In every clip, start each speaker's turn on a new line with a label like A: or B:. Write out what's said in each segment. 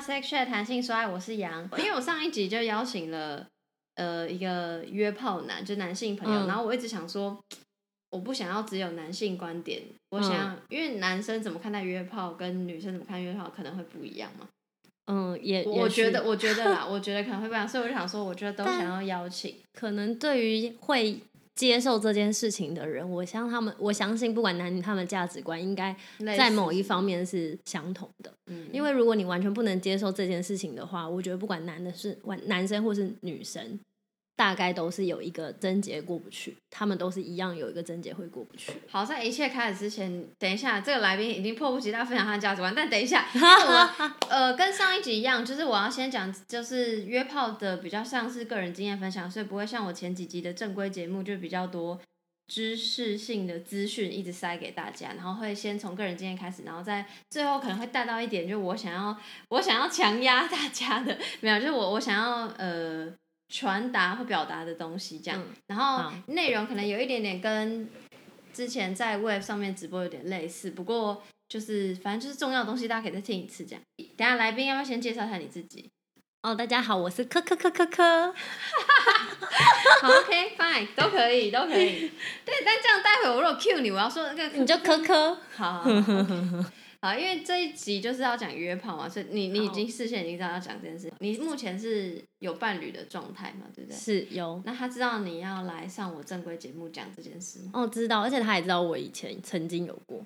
A: Shake Shake 弹性说爱，我是杨，因为我上一集就邀请了呃一个约炮男，就男性朋友，
B: 嗯
A: 然后我一直想说，我不想要只有男性观点，我想
B: 嗯
A: 要、因为男生怎么看待约炮跟女生怎么看待约炮可能会不一样嘛，
B: 嗯，也
A: 我
B: 也
A: 我觉
B: 是
A: 得我觉 得啦，我觉得可能会不一样，所以我就想说，我觉得都
B: 但
A: 想要邀请，
B: 可能对于会接受这件事情的人，我相他们，我相信不管男女，他们价值观应该
A: 类
B: 在
A: 似
B: 某一方面是相同的。
A: 嗯，
B: 因为如果你完全不能接受这件事情的话，我觉得不管男的是男男生或是女生，大概都是有一个症结过不去，他们都是一样有一个症结会过不去。
A: 好，在一切开始之前，等一下，这个来宾已经迫不及待分享他的价值观，但等一下，因为我呃跟上一集一样，就是我要先讲，就是约炮的比较像是个人经验分享，所以不会像我前几集的正规节目就比较多知识性的资讯一直塞给大家，然后会先从个人经验开始，然后再最后可能会带到一点，就我想要我想要强压大家的，没有，就是我我想要呃传达或表达的东西这样，
B: 嗯
A: 然后
B: 好
A: 内容可能有一点点跟之前在 Web 上面直播有点类似，不过就是反正就是重要的东西，大家可以再听一次这样。等一下来宾要不要先介绍一下你自己
B: 哦，大家好，我是科科科科科。
A: 好？OK fine 都可以都可 以。对，但这样待会我如果 cue 你，我要说那个
B: 你就科科，
A: 好好好 OK 好，因为这一集就是要讲约炮嘛，所以你你已
B: 好
A: 经事先已经知道要讲这件事。你目前是有伴侣的状态嘛， 对不对？
B: 是有
A: 那他知道你要来上我正规节目讲这件事吗？
B: 哦，知道，而且他也知道我以前曾经有过，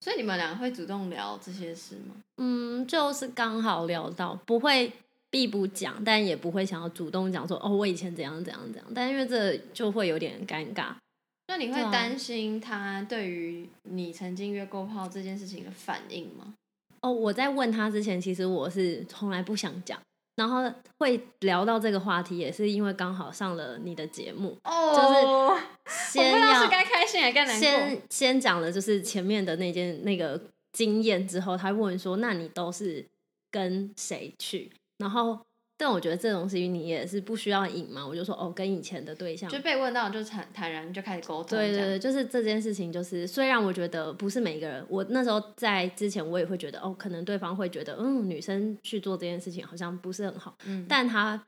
A: 所以你们两个会主动聊这些事吗？
B: 嗯，就是刚好聊到，不会避不讲，但也不会想要主动讲说哦，我以前怎样怎样怎样，但因为这就会有点尴尬，
A: 那你会
B: 对啊
A: 担心他对于你曾经约过炮这件事情的反应吗？
B: 哦，我在问他之前，其实我是从来不想讲，然后会聊到这个话题，也是因为刚好上了你的节目，
A: 哦，我
B: 先
A: 不知道是
B: 要
A: 该开心还是该难过。
B: 先先讲了就是前面的那件那个经验之后，他问说，那你都是跟谁去？然后，但我觉得这种事情你也是不需要隐瞒，我就说哦，跟以前的对象
A: 就。被问到就坦坦然就开始沟通，
B: 对
A: 这
B: 对
A: 样
B: 对，就是这件事情，就是虽然我觉得不是每一个人，我那时候在之前我也会觉得，哦，可能对方会觉得，嗯，女生去做这件事情好像不是很好，
A: 嗯，
B: 但他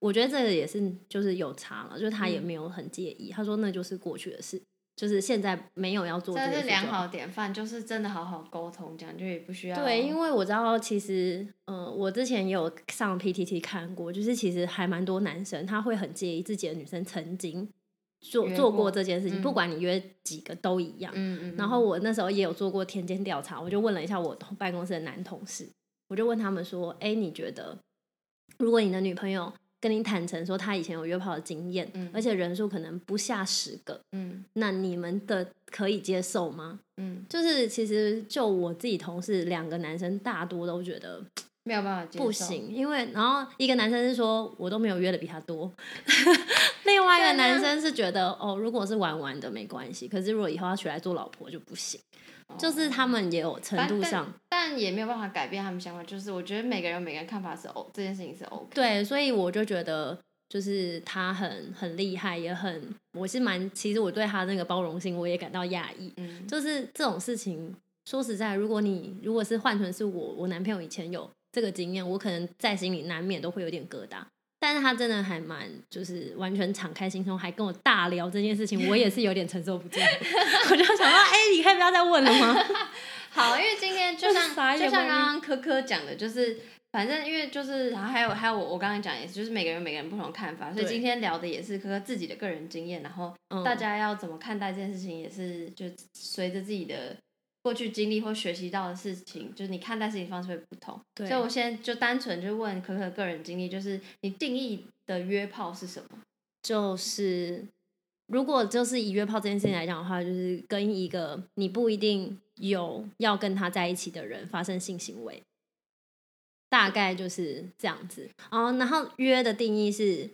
B: 我觉得这个也是就是有差了，就是他也
A: 嗯
B: 没有很介意，他说那就是过去的事，就是现在没有要做这
A: 这
B: 个
A: 是
B: 事
A: 良
B: 就好
A: 好典范，就是真的好好沟通，这样就也不需要
B: 对，因为我知道，其实，呃，我之前也有上 PTT 看过，就是其实还蛮多男生他会很介意自己的女生曾经做
A: 约
B: 做
A: 过
B: 过这件事情，
A: 嗯
B: 不管你约几个都一样。
A: 嗯嗯，
B: 然后我那时候也有做过田间调查，我就问了一下我同办公室的男同事，我就问他们说：“哎，你觉得如果你的女朋友跟你坦诚说她以前有约炮的经验，
A: 嗯
B: 而且人数可能不下十个，
A: 嗯
B: 那你们的可以接受吗
A: 嗯？”
B: 就是其实就我自己同事两个男生大多都觉得
A: 没有办法接受
B: 不，行，因为然后一个男生是说我都没有约的比他 多，另外一
A: 对
B: 个
A: 啊
B: 男生是觉得哦，如果是玩玩的没关系，可是如果以后要娶来做老婆就不行。
A: 哦
B: 就是他们也有程度上，
A: 但也没有办法改变他们想法，就是我觉得每个人有每个人看法是 O 这件事情是 OK，
B: 对，所以我就觉得就是他很很厉害，也很，我是蛮，其实我对他那个包容性我也感到讶异。
A: 嗯，
B: 就是这种事情，说实在，如果你如果是换成是我，我男朋友以前有这个经验，我可能在心里难免都会有点疙瘩。但是他真的还蛮，就是完全敞开心胸，还跟我大聊这件事情，我也是有点承受不住。我就想说，哎、你可以不要再问了吗？
A: 好，因为今天 就像
B: 傻眼
A: 就像
B: 猫咪
A: 刚刚科科讲的，就是反正因为就是还有还有我我刚刚讲也是，就是每个人有每个人不同的看法，所以
B: 对
A: 今天聊的也是科科自己的个人经验，然后
B: 嗯
A: 大家要怎么看待这件事情，也是就随着自己的过去经历或学习到的事情，就是你看待事情方式会不同。
B: 对
A: 所以我现在就单纯就问可可个人经历，就是你定义的约炮是什么？
B: 就是如果就是以约炮这件事情来讲的话，就是跟一个你不一定有要跟他在一起的人发生性行为，大概就是这样子。哦，然后约的定义是。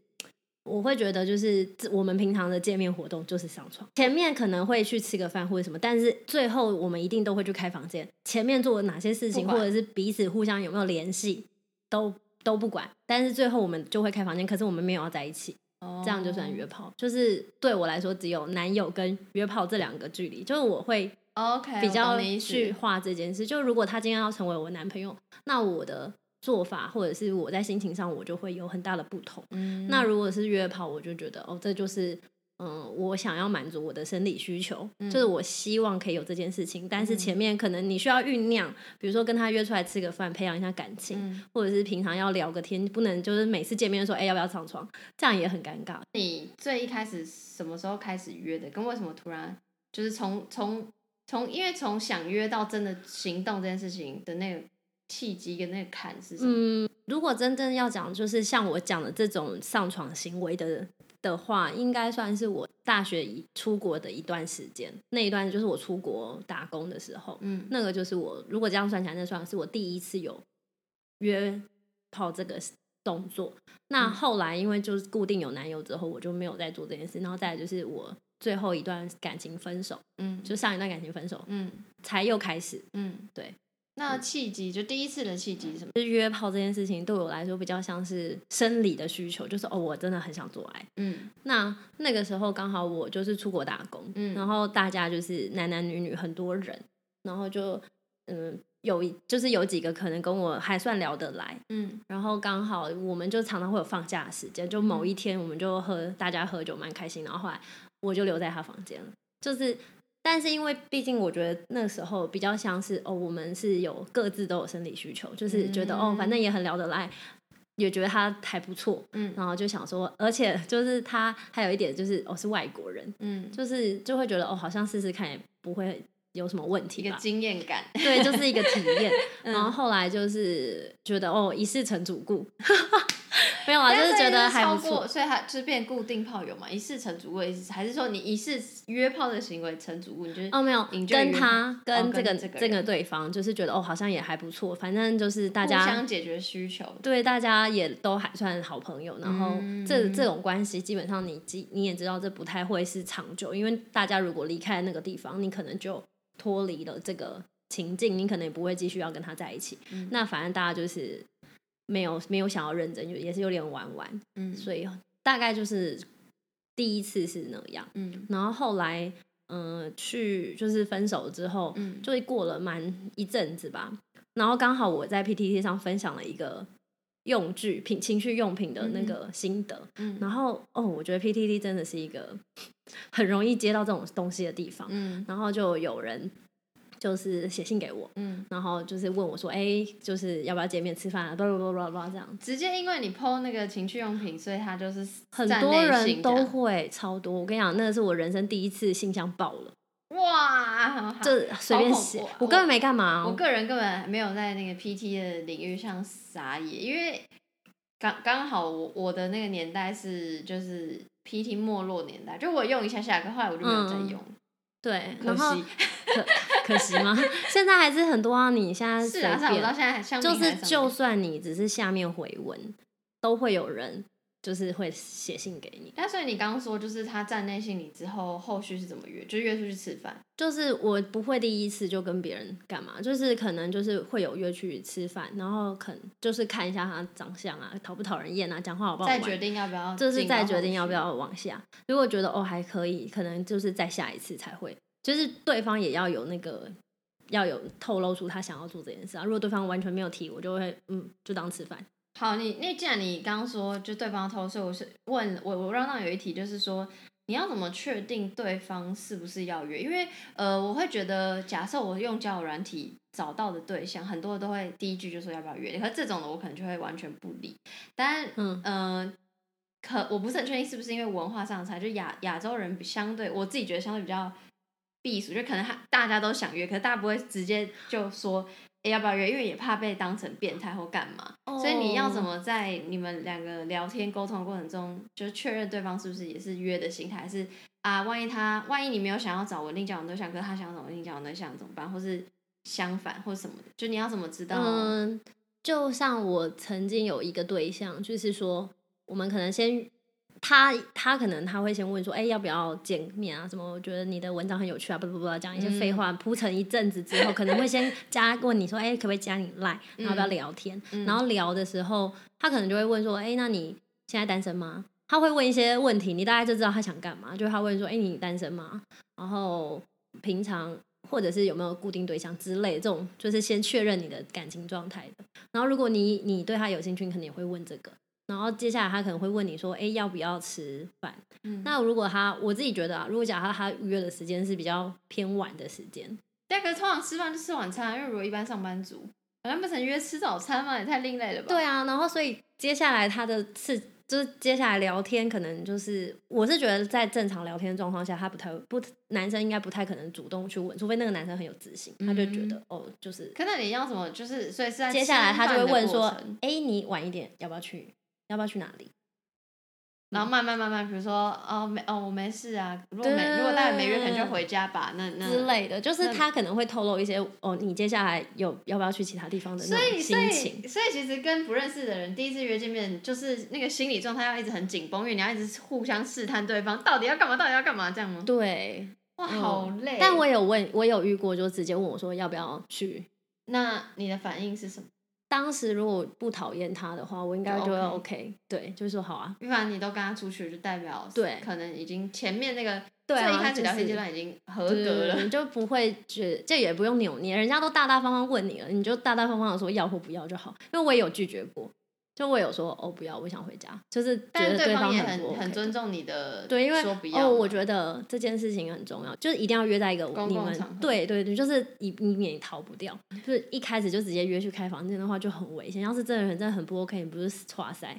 B: 我会觉得，就是自我们平常的见面活动就是上床，前面可能会去吃个饭或者什么，但是最后我们一定都会去开房间。前面做了哪些事情，
A: 不
B: 或
A: 管
B: 者是彼此互相有没有联系，都都不管。但是最后我们就会开房间，可是我们没有要在一起。这样就
A: 哦
B: 算约炮。就是对我来说，只有男友跟约炮这两个距离，就是我会
A: 哦。OK，
B: 比
A: 我
B: 较
A: 懂你意思
B: 去化这件事。就如果他今天要成为我男朋友，那我的做法，或者是我在心情上，我就会有很大的不同。
A: 嗯
B: 那如果是约炮，我就觉得哦，这就是嗯，我想要满足我的生理需求，
A: 嗯
B: 就是我希望可以有这件事情，但是前面可能你需要酝酿，比如说跟他约出来吃个饭，培养一下感情，
A: 嗯
B: 或者是平常要聊个天，不能就是每次见面说哎、要不要上床，这样也很尴尬。
A: 你最一开始什么时候开始约的？跟为什么突然就是从从从因为从想约到真的行动这件事情的那个契机跟那个坎是什么？
B: 嗯，如果真正要讲，就是像我讲的这种上床行为的的话，应该算是我大学一出国的一段时间，那一段就是我出国打工的时候，
A: 嗯
B: 那个就是我如果这样算起来，那算是我第一次有约炮这个动作。那
A: 嗯
B: 后来因为就是固定有男友之后，我就没有再做这件事，然后再来就是我最后一段感情分手，
A: 嗯
B: 就上一段感情分手
A: 嗯
B: 才又开始。
A: 嗯，
B: 对。
A: 那契机就第一次的契机是什么？
B: 就是约炮这件事情对我来说比较像是生理的需求，就是哦，我真的很想做爱。
A: 嗯
B: 那那个时候刚好我就是出国打工，
A: 嗯
B: 然后大家就是男男女女很多人，然后就嗯有一就是有几个可能跟我还算聊得来，
A: 嗯
B: 然后刚好我们就常常会有放假的时间，就某
A: 嗯
B: 一天我们就喝大家喝酒蛮开心，然后后来我就留在他房间了，就是。但是因为毕竟我觉得那时候比较像是哦，我们是有各自都有生理需求，就是觉得、哦，反正也很聊得来，也觉得他还不错，
A: 嗯
B: 然后就想说，而且就是 他还有一点就是哦是外国人，
A: 嗯，
B: 就是就会觉得哦好像试试看也不会有什么问
A: 一
B: 题
A: 个
B: 吧，
A: 经验感。
B: 对，就是一个体 验。
A: 嗯
B: 然后后来就是觉得哦一试成主顾， 没有啊，就是觉得还不
A: 超过，
B: 错。
A: 所以它就是变固定炮友嘛，一次成主顾的意思，还是说你一次约炮的行为成主顾，你就是
B: 哦，没有
A: 引，荐原
B: 跟他
A: 哦
B: 跟这
A: 跟
B: 个
A: 这个
B: 这个
A: 人
B: 对方，就是觉得哦，好像也还不错，反正就是大
A: 互
B: 家
A: 相解决需求。
B: 对，大家也都还算好朋友，然后
A: 嗯
B: 这、这种关系基本上你记你也知道，这不太会是长久，因为大家如果离开那个地方，你可能就脱离了这个情境，你可能也不会继续要跟他在一起。
A: 嗯
B: 那反正大家就是没有没有想要认真，就也是有点玩玩，
A: 嗯
B: 所以大概就是第一次是那样，
A: 嗯
B: 然后后来嗯、呃去就是分手之后，
A: 嗯
B: 就过了蛮一阵子吧。然后刚好我在 PTT 上分享了一个用具品情趣用品的那个心得，
A: 嗯
B: 然后哦，我觉得 PTT 真的是一个很容易接到这种东西的地方。
A: 嗯
B: 然后就有人就是写信给我，
A: 嗯，
B: 然后就是问我说：“哎，就是要不要见面吃饭啊？”巴拉巴拉巴拉巴拉这样，
A: 直接因为你 PO 那个情趣用品，所以它就是
B: 很
A: 占
B: 多
A: 内心
B: 人
A: 这
B: 都
A: 样
B: 会超多。我跟你讲，那个是我人生第一次信箱爆了，
A: 哇，
B: 就随便
A: 好恐
B: 写
A: 怖啊，
B: 我根本没干嘛
A: 我
B: 哦。
A: 个人根本没有在那个 PT 的领域上撒野，因为刚刚好我我的那个年代是就是 PT 没落年代，就我用一下下，可后来我就没有
B: 嗯
A: 再用，
B: 对，
A: 可
B: 然后
A: 惜。
B: 可可惜吗？ 现在还是很多啊！你现在
A: 是
B: 随
A: 啊，是啊，我到
B: 便，
A: 现在还像
B: 就是就
A: 就，
B: 算你只是下面回文，都会有人就是会写信给你。
A: 但所以你刚刚说就是他站内心理之后，后续是怎么约？就是约出去吃饭，
B: 就是我不会第一次就跟别人干嘛，就是可能就是会有约去吃饭，然后可能就是看一下他长相啊，讨不讨人厌啊，讲话好不好
A: 再
B: 玩，
A: 决定要不要进到
B: 就
A: 后续，
B: 是再决定要不要往下。如果觉得哦还可以，可能就是再下一次才会，就是对方也要有那个要有透露出他想要做这件事啊。如果对方完全没有提，我就会嗯就当吃饭。
A: 好，你那既然你刚刚说就对方偷，所以我是问我我让到有一题就是说，你要怎么确定对方是不是要约？因为呃，我会觉得，假设我用交友软体找到的对象，很多都会第一句就说要不要约，可是这种的我可能就会完全不理。但
B: 嗯
A: 呃，可我不是很确定是不是因为文化上的差，就亚亚洲人比相对我自己觉得相对比较避暑，就可能他大家都想约，可是大家不会直接就说。诶要不要约？因为也怕被当成变态或干嘛。所以你要
B: 哦
A: 怎？么在你们两个聊天沟通的过程中，就确认对方是不是也是约的心态，还是啊，万一他万一你没有想要找稳定交往对象，可是他想要找稳定交往对象怎么办，或是相反或什么的，就你要怎么知道？
B: 嗯，就像我曾经有一个对象，就是说我们可能先。他他可能他会先问说，哎、要不要见面啊？什么？我觉得你的文章很有趣啊，不不不，讲一些
A: 嗯
B: 废话，铺陈一阵子之后，可能会先加问你说，哎、可不可以加你 line，然后要不要聊天？
A: 嗯
B: 然后聊的时候，他可能就会问说：“哎、那你现在单身吗？”他会问一些问题，你大概就知道他想干嘛。就他问说：“哎、你单身吗？”然后平常或者是有没有固定对象之类，这种就是先确认你的感情状态的。然后如果你你对他有兴趣，你可能也会问这个。然后接下来他可能会问你说，哎、要不要吃饭？
A: 嗯
B: 那如果他我自己觉得啊，如果假设他预约的时间是比较偏晚的时间，
A: 大哥通常吃饭就吃晚餐，啊因为如果一般上班族，好像不成约吃早餐嘛，也太另类了吧？
B: 对啊，然后所以接下来他的次就是接下来聊天，可能就是我是觉得在正常聊天状况下，他不太不男生应该不太可能主动去问，除非那个男生很有自信，他就觉
A: 嗯
B: 得、哦，就是
A: 可那你要怎么就是，所以是在
B: 接下来他就
A: 吃饭
B: 会
A: 的
B: 问
A: 过
B: 说
A: 程，
B: 哎、你晚一点要不要去？要不要去哪里？
A: 然后慢慢慢慢，比如说哦没哦我没事啊，如果没如果大概没约，可能就回家吧，那那
B: 之类的，就是
A: 嗯那
B: 他可能会透露一些哦，你接下来有要不要去其他地方的
A: 所
B: 那
A: 以，
B: 种
A: 所
B: 心
A: 以，
B: 情。
A: 所以其实跟不认识的人第一次约见面，就是那个心理状态要一直很紧绷，因为你要一直互相试探对方到底要干嘛，到底要干嘛，这样吗？
B: 对，
A: 哇，
B: 嗯
A: 好累。
B: 但我有问，我有遇过，就直接问我说要不要去
A: 那你的反应是什么？
B: 当时如果不讨厌他的话，我应该
A: 就
B: 就会
A: OK
B: OK，对，就是说好啊，
A: 不然你都跟他出去，就代表
B: 对
A: 可能已经前面那个
B: 对啊
A: 最一开始聊天
B: 就是
A: 阶段已经合
B: 对
A: 格了。
B: 你就不会觉这也不用扭捏，人家都大大方方问你了，你就大大方方的说要或不要就好。因为我也有拒绝过，就我也有说哦不要，我想回家，就是觉
A: 但
B: 得
A: 是
B: 对
A: 方也
B: 很不
A: 很
B: OK
A: 很尊重你的，
B: 对，因为
A: 说不要
B: 哦，我
A: 嘛
B: 觉得这件事情很重要，就是一定要约在一个
A: 公
B: 你
A: 共
B: 们
A: 场合
B: 对对对，就是以以免你逃不掉。就是一开始就直接约去开房间的话就很危险，要是这个人真的很不 OK，你不是哇塞，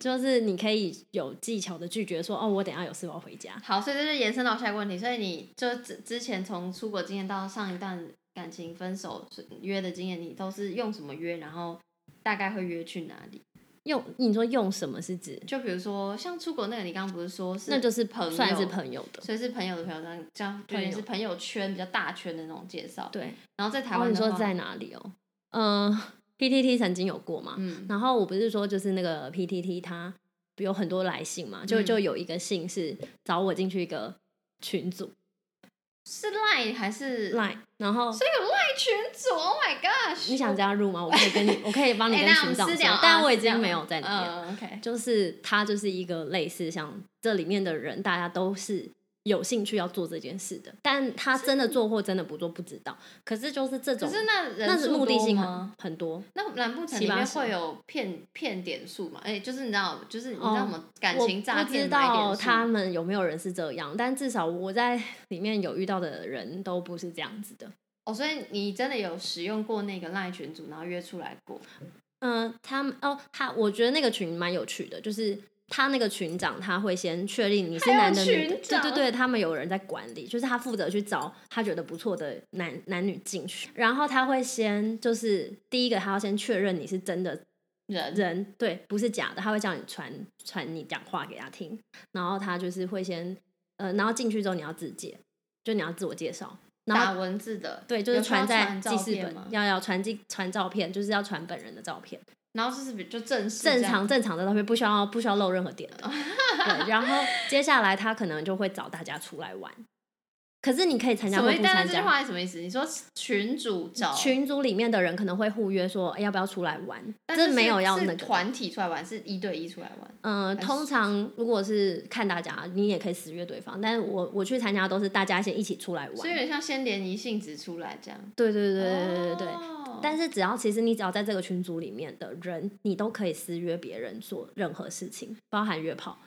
B: 就是你可以有技巧的拒绝说哦，我等一下有事我要回家。
A: 好，所以这就延伸到下一个问题，所以你就之之前从出国经验到上一段感情分手是约的经验，你都是用什么约？然后大概会约去哪里？
B: 用你说用什么是指？
A: 就比如说像出国那个，你刚刚不是说是
B: 那就是
A: 朋友，
B: 算是朋友的，
A: 所以是朋友的朋友，这样这样就
B: 朋友
A: 也是朋友圈比较大圈的那种介绍。
B: 对。
A: 然后在台
B: 然后
A: 湾
B: 你
A: 的话，
B: 说在哪里哦？嗯、p t t 曾经有过嘛？
A: 嗯
B: 然后我不是说就是那个 PTT 它有很多来信嘛，就
A: 嗯
B: 就有一个信是找我进去一个群组
A: 是 Line 还是
B: Line，然后
A: 所以有 Line 群组？Oh my gosh！
B: 你想加入吗？我可以跟你，我可以帮你
A: 哎、
B: 跟
A: 那我
B: 群
A: 们
B: 长
A: 私
B: 说
A: 聊啊，，
B: 但我已
A: 私聊
B: 经没有在里面了。
A: 嗯，OK，
B: 就是它就是一个类似像这里面的人，大家都是有兴趣要做这件事的，但他真的做或真的不做不知道。可是就是这
A: 可
B: 种，
A: 是那人
B: 那是
A: 数
B: 目的
A: 多
B: 性啊
A: 吗
B: 很？很多，
A: 那难不成里
B: 七八
A: 面
B: 十
A: 会有骗骗点数嘛？哎、就是你知道，就是你知
B: 哦
A: 道什么感情诈
B: 我不知
A: 骗买点
B: 道
A: 数？
B: 他们有没有人是这样，但至少我在里面有遇到的人都不是这样子的。
A: 哦，所以你真的有使用过那个赖群组，然后约出来过？
B: 嗯、他们哦，他我觉得那个群蛮有趣的，就是他那个群长他会先确定你是
A: 还有
B: 男的女的，
A: 群
B: 对
A: 长
B: 对对，他们有人在管理，就是他负责去找他觉得不错的男男女进去，然后他会先就是第一个他要先确认你是真的
A: 人
B: 人对，不是假的，他会叫你传传你讲话给他听，然后他就是会先呃，然后进去之后你要自介，就你要自我介绍，然
A: 打
B: 后
A: 文字的，
B: 对，就是
A: 有需要
B: 传在
A: 照
B: 记事
A: 片
B: 本
A: 吗，？
B: 要要传记传照片，就是要传本人的照片，
A: 然后就是比就正式
B: 正
A: 这样
B: 常正常的照片，不需要不需要露任何点 的。对，然后接下来他可能就会找大家出来玩，可是你可以参加
A: 什
B: 或
A: 么意
B: 不
A: 思？但
B: 参
A: 是这句
B: 加。
A: 话是什么意思？你说群主找，
B: 群组里面的人可能会互约说，哎、要不要出来玩？
A: 但
B: 这
A: 是
B: 没
A: 是
B: 有要
A: 是
B: 那个的
A: 团体出来玩，是一对一出来玩。
B: 嗯，
A: 还
B: 通
A: 是
B: 常如果是看大家，你也可以死约对方，但是我我去参加都是大家先一起出来玩。
A: 所以有点像先联谊性质出来这样，
B: 对对对对对对对。
A: 哦
B: 但是只要其实你只要在这个群组里面的人，你都可以私约别人做任何事情，包含约炮。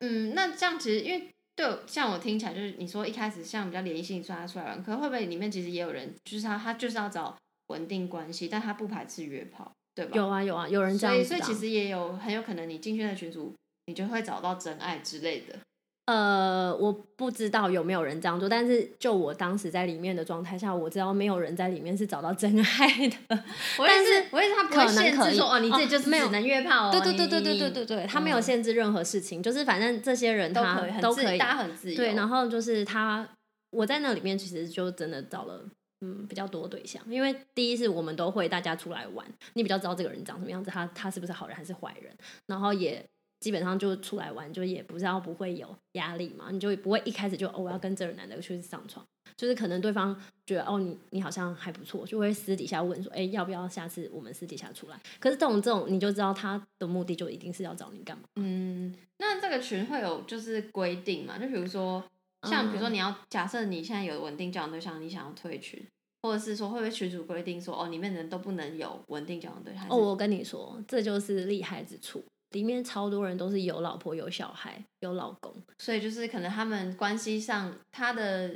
A: 嗯，那这样其实因为对我，像我听起来就是你说一开始像比较联谊性抓他出来玩，可会不会里面其实也有人就是他他就是要找稳定关系，但他不排斥约炮，对吧？
B: 有啊有啊，有人这
A: 所
B: 样
A: 以
B: 子
A: 所
B: 的
A: 以
B: 啊、
A: 其实也有很有可能你进去的群组，你就会找到真爱之类的。
B: 呃，我不知道有没有人这样做，但是就我当时在里面的状态下，我知道没有人在里面是找到真爱的。
A: 但
B: 但是
A: 我也是他不会
B: 可能
A: 限
B: 可
A: 制
B: 以
A: 说哦，你
B: 哦
A: 自己就是
B: 没有
A: 只能约炮哦，
B: 对对对对
A: 你
B: 对
A: 你
B: 对对对，他没有
A: 嗯
B: 限制任何事情，就是反正这些人
A: 都
B: 他
A: 可以很
B: 都
A: 自
B: 可以
A: 大家很自由，
B: 对，然
A: 后
B: 后就是他，我在那里面其实就真的找了嗯比较多对象，因为第一是我们都会大家出来玩，你比较知道这个人长什么样子，他他是不是好人还是坏人，然后也基本上就出来玩，就也不知道不会有压力嘛，你就不会一开始就哦我要跟这个男的去上床，就是可能对方觉得哦你你好像还不错，就会私底下问说哎要不要下次我们私底下出来，可是这种这种你就知道他的目的就一定是要找你干嘛。
A: 嗯，那这个群会有就是规定嘛？就比如说。像比如说你要假设你现在有稳定交往对象，你想要退群，或者是说会不会群主规定说哦里面的人都不能有稳定交往对象？还是
B: 哦，我跟你说，这就是厉害之处。里面超多人都是有老婆、有小孩、有老公，
A: 所以就是可能他们关系上，他的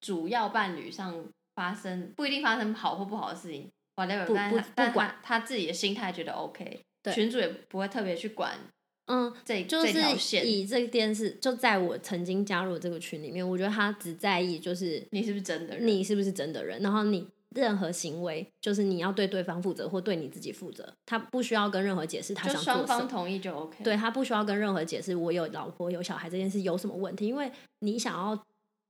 A: 主要伴侣上发生不一定发生好或不好的事情，whatever，
B: 不
A: 但是他
B: 不
A: 但
B: 不管
A: 他他自己的心态觉得 OK，
B: 对
A: 群主也不会特别去管
B: 嗯，
A: 这
B: 就
A: 这条
B: 是
A: 线
B: 以这件事，就在我曾经加入这个群里面，我觉得他只在意就是
A: 你是不是真的人，
B: 你是不是真的人，然后你任何行为就是你要对对方负责或对你自己负责，他不需要跟任何解释他
A: 就
B: 想
A: 双
B: 做什
A: 方
B: 么。
A: 同意就 OK。
B: 对他不需要跟任何解释，我有老婆有小孩这件事有什么问题？因为你想要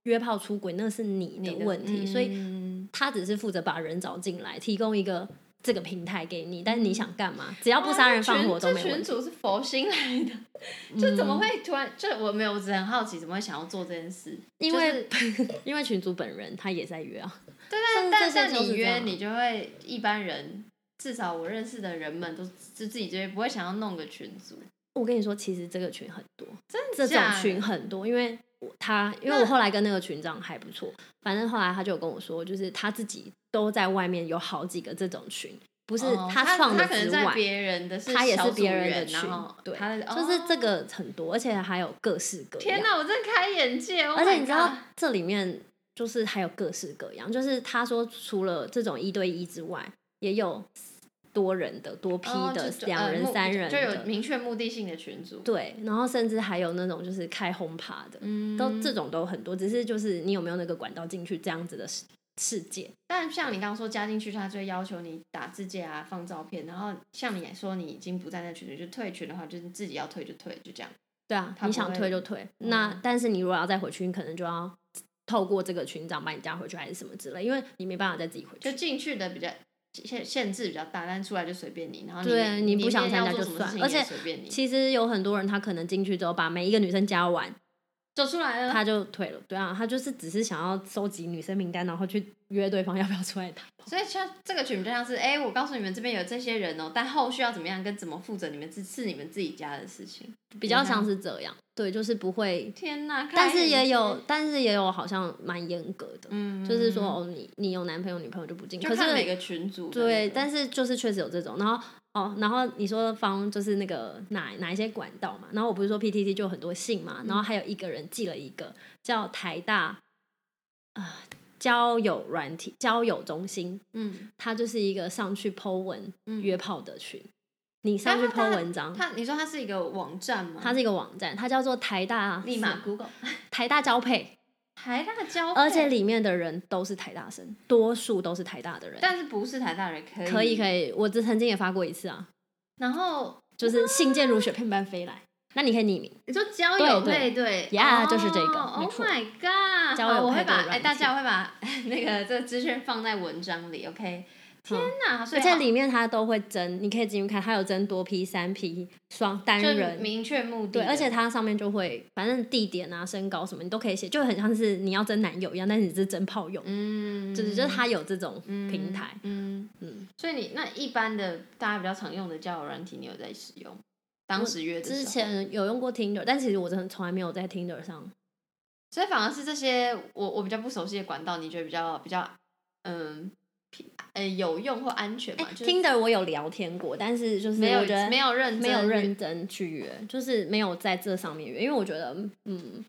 B: 约炮出轨，那是你
A: 你
B: 的
A: 的
B: 问题，所以
A: 嗯
B: 他只是负责把人找进来，提供一个这个平台给你。但是你想干嘛？只啊要不杀人放火
A: 哇
B: 都
A: 这
B: 没
A: 群
B: 问
A: 这群
B: 题。嗯
A: 主是佛心来的，就怎么会突然？就我没有，我只是很好奇，怎么会想要做这件事？
B: 因
A: 就
B: 为
A: 是
B: 因为群主本人他也在约啊，
A: 对，
B: 像
A: 但但
B: 这
A: 但
B: 些就是
A: 你
B: 这样
A: 约
B: 啊
A: 你就会一般人，至少我认识的人们都是自己觉得不会想要弄个群组，
B: 我跟你说，其实这个群很多，
A: 真
B: 这
A: 的
B: 种
A: 假的
B: 群很多，因为我他因为
A: 那
B: 我后来跟那个群长还不错，反正后来他就有跟我说，就是他自己都在外面有好几个这种群，不是
A: 哦他
B: 创的
A: 他可
B: 之
A: 能
B: 外
A: 在，别人的是
B: 他也
A: 小
B: 是
A: 组
B: 别人的
A: 员
B: 群
A: 然后，
B: 对
A: 他的，
B: 就是这
A: 哦
B: 个很多，而且还有各式各
A: 天
B: 样。
A: 哪，我真的开眼界，oh
B: 而且
A: my
B: 你知道
A: god
B: 这里面就是还有各式各样，就是他说除了这种一对一之外，也有多人的、多批
A: 哦
B: 的
A: 就、就
B: 两
A: 呃
B: 人、
A: 目
B: 三人
A: 就有
B: 的，
A: 明确目的性的群组，
B: 对，然后甚至还有那种就是开轰趴的，
A: 嗯，
B: 都这种都很多，只是就是你有没有那个管道进去这样子的世世界，
A: 但像你刚刚说加进去，他就会要求你打字界啊、放照片，然后像你说你已经不在那群里，就退群的话，就是自己要退就退，就这样。
B: 对啊，
A: 他
B: 你
A: 不
B: 想退
A: 会
B: 就退。那
A: 嗯
B: 但是你如果要再回去，你可能就要透过这个群长把你加回去，还是什么之类，因为你没办法再自己回
A: 就
B: 去。
A: 进去的比较限限制比较大，但出来就随便你，然后你
B: 对啊
A: 你
B: 你不想参加
A: 要做
B: 就
A: 什么
B: 算
A: 事情
B: 而
A: 也
B: 且
A: 随便你，
B: 其实有很多人，他可能进去之后把每一个女生加完，
A: 走出来 了。
B: 他就退了。对啊，他就是只是想要收集女生名单，然后去约对方要不要出来打炮。
A: 所以像这个群比较像是，哎、我告诉你们这边有这些人哦、但后续要怎么样跟怎么负责，你们是是你们自己家的事情。
B: 比较
A: 你看
B: 像是这样。对，就是不会，
A: 天哪！
B: 但
A: 开
B: 是
A: 眼
B: 也
A: 界
B: 有，，但是也有好像蛮严格的，
A: 嗯，
B: 就是说哦，你你有男朋友女朋友就不进。
A: 就
B: 可
A: 看
B: 是
A: 每个群组的那个、
B: 对，但是就是确实有这种，然后哦，然后你说方就是那个哪哪一些管道嘛，然后我不是说 PTT 就有很多信嘛，然后还有一个人寄了一个叫台大啊、交友软体交友中心，
A: 嗯
B: 它就是一个上去 Po 文
A: 嗯，
B: 约炮的群，你上去
A: 它它
B: Po 文章，
A: 他你说他是一个网站吗？
B: 它是一个网站，它叫做台大
A: 立马 Google
B: 台大交配，
A: 台大交配，
B: 而且里面的人都是台大生，多数都是台大的人，
A: 但是不是台大人可以
B: 可以可
A: 以。
B: 以，我这曾经也发过一次啊。
A: 然后
B: 就是信件如雪片般飞来。那你可以匿名，
A: 你说交友配对
B: Yeah，
A: 哦
B: 就是这个没
A: ，Oh
B: 错
A: my god！
B: 交友配对
A: 好我会把
B: 软
A: 哎，
B: 体
A: 大家我会把 那个这个资讯放在文章里，OK？天哪，所
B: 嗯而
A: 以
B: 且
A: 好
B: 里面它都会争，你可以进去看，它有争多批、三批、双单
A: 就
B: 人。
A: 明确目的的，
B: 对，而且它上面就会，反正地点啊、身高什么，你都可以写，就很像是你要争男友一样，但是你是争炮友，
A: 嗯，
B: 就是就是它有这种平台。
A: 嗯，
B: 嗯，
A: 所以你那一般的大家比较常用的交友软体，你有在使用？当时约的时候
B: 之，前有用过 Tinder，但其实我真的从来没有在 Tinder 上。
A: 所以反而是这些我我比较不熟悉的管道，你觉得比较比较嗯，平呃有用或安全
B: 哎、
A: 嘛？就是
B: Tinder 我有聊天过，但是就是
A: 没有
B: 我觉得
A: 没有认真
B: 没有
A: 约
B: 认真去约，就是没有在这上面约，因为我觉得，嗯，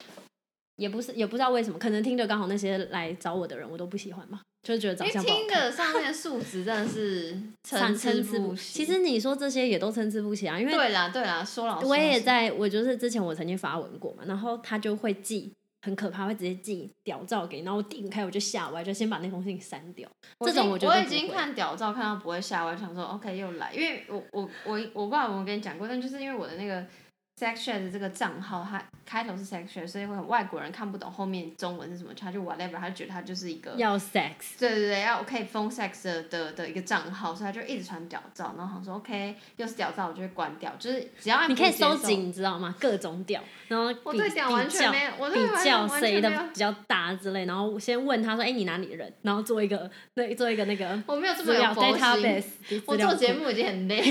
B: 也不是也不知道为什么，可能听着刚好那些来找我的人，我都不喜欢吧，就是觉得长
A: 因为
B: 相不好
A: 听
B: 看。
A: 的上面的数值真的是
B: 上
A: 参
B: 参
A: 差
B: 差
A: 不
B: 不
A: 齐。
B: 其实你说这些也都参差不齐啊，因为
A: 对啦对啦，说老实
B: 我也
A: 话
B: 在，我就是之前我曾经发文过嘛，然后他就会寄很可怕，会直接寄屌照给你，然后我点开我就吓歪，就先把那封信删掉。这
A: 已经
B: 种觉
A: 我
B: 得都
A: 已
B: 不
A: 经
B: 会
A: 看屌照看到不会吓，我想说 OK 又来，因为我我我我不知道有没有跟你讲过，但就是因为我的那个 sex chat 的这个账号，它开头是 sex chat，所以会有外国人看不懂后面中文是什么，他就 whatever，他就觉得他就是一个
B: 要 sex，
A: 对对对，要我可以封 sex 的的的一个账号，所以他就一直传屌照，然后想说 OK，又是屌照，我就会关掉，就是只要按
B: 你可以
A: 不接受
B: 收集，，你知道吗？各种屌，然后
A: 我
B: 比
A: 对屌完
B: 比较
A: 全没有，我对
B: 比
A: 完全
B: 较
A: 完
B: 谁
A: 全
B: 的
A: 没有，
B: 比较大之类，然后我先问他说：“哎、你哪里人？”然后做一个 对，做一个那个
A: 我没有这
B: 资
A: 么有
B: 料
A: 佛心。
B: database 资料库。
A: 我做节目已经很累，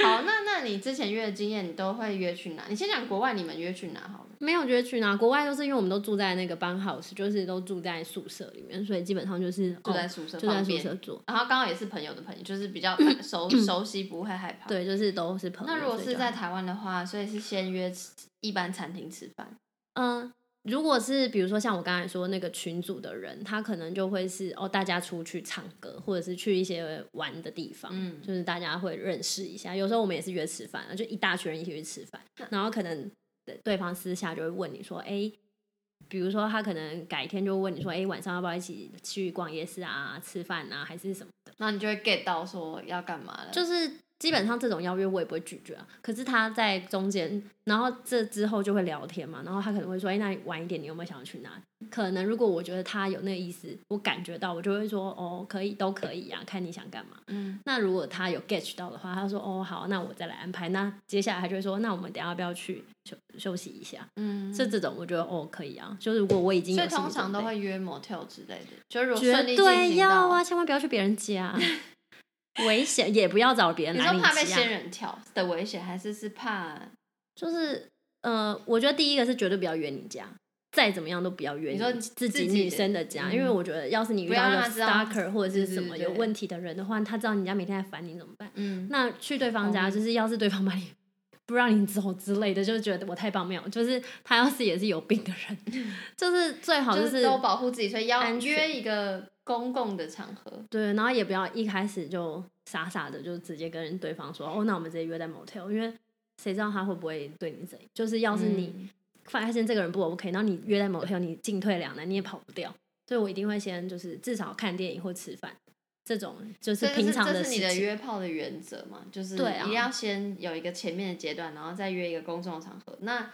A: 好，那那你之前约的经验，你都会约去哪？你先讲国外，你们约去哪好了？
B: 没有觉得去哪，国外都是因为我们都住在那个 b u n house，就是都住在宿舍里面，所以基本上就是
A: 住在
B: 哦
A: 宿舍
B: 就在
A: 旁
B: 宿
A: 边，
B: 舍住。
A: 然后刚好也是朋友的朋友，就是比较熟熟悉，不会害怕。
B: 嗯对，就是都是朋友。
A: 那如果
B: 所以
A: 是
B: 就
A: 在
B: 还
A: 台湾的话，所以是先约吃一般餐厅吃饭。
B: 嗯、如果是比如说像我刚才说那个群组的人，他可能就会是哦，大家出去唱歌，或者是去一些玩的地方，
A: 嗯
B: 就是大家会认识一下。有时候我们也是约吃饭啊，就一大群人一起去吃饭，然后可能对对方私下就会问你说，哎、比如说，他可能改天就问你说：“哎、晚上要不要一起去逛夜市啊、吃饭啊，还是什么？”
A: 那你就会 get 到说要干嘛了。
B: 就是基本上这种邀约我也不会拒绝啊。可是他在中间，然后这之后就会聊天嘛，然后他可能会说：“哎、那晚一点你有没有想要去哪里？”可能如果我觉得他有那个意思，我感觉到我就会说：“哦，可以，都可以啊，看你想干嘛。”
A: 嗯，
B: 那如果他有 get 到的话，他说：“哦，好，那我再来安排。”那接下来他就会说：“那我们等一下要不要去休休息一下？”
A: 嗯，
B: 这这种我觉得哦可以啊，就是如果我已经有
A: 所以
B: 心理
A: 通常都
B: 准备
A: 会约 motel 之类的，就如果
B: 绝
A: 顺利进
B: 对
A: 行
B: 要
A: 到，
B: 啊，千万不要去别人家， 危险也不要找别人
A: 你
B: 来
A: 说
B: 你
A: 怕被
B: 家
A: 仙人跳的危险，还是是怕
B: 就是呃，我觉得第一个是绝对不要约你家，再怎么样都不要约
A: 你说自
B: 自
A: 己
B: 女
A: 的
B: 生的家，
A: 嗯
B: 因为我觉得要是你遇
A: 不要
B: 到一
A: 让
B: 个
A: 他知道
B: stalker 或者是
A: 对
B: 什
A: 对
B: 么
A: 对
B: 有问题的人的话，他知道你家每天在烦你怎么办？
A: 嗯
B: 那去对方家，
A: 同意
B: 就是要是对方把你不让你走之类的，就觉得我太棒没有，就是他要是也是有病的人， 就是最好
A: 就是
B: 是
A: 都保护自己，所以要
B: 安全
A: 约一个公共的场合。
B: 对，然后也不要一开始就傻傻的就直接跟对方说哦，那我们直接约在 motel，因为谁知道他会不会对你怎样？就是要是你
A: 嗯
B: 发现这个人不 OK，然后你约在 motel，你进退两难，你也跑不掉。所以我一定会先就是至少看电影或吃饭这种，就是
A: 这就
B: 平
A: 是
B: 常
A: 这是
B: 事
A: 你的
B: 情。
A: 约炮的原则嘛，就是
B: 对啊
A: 一定要先有一个前面的阶段，然后再约一个公众场合。那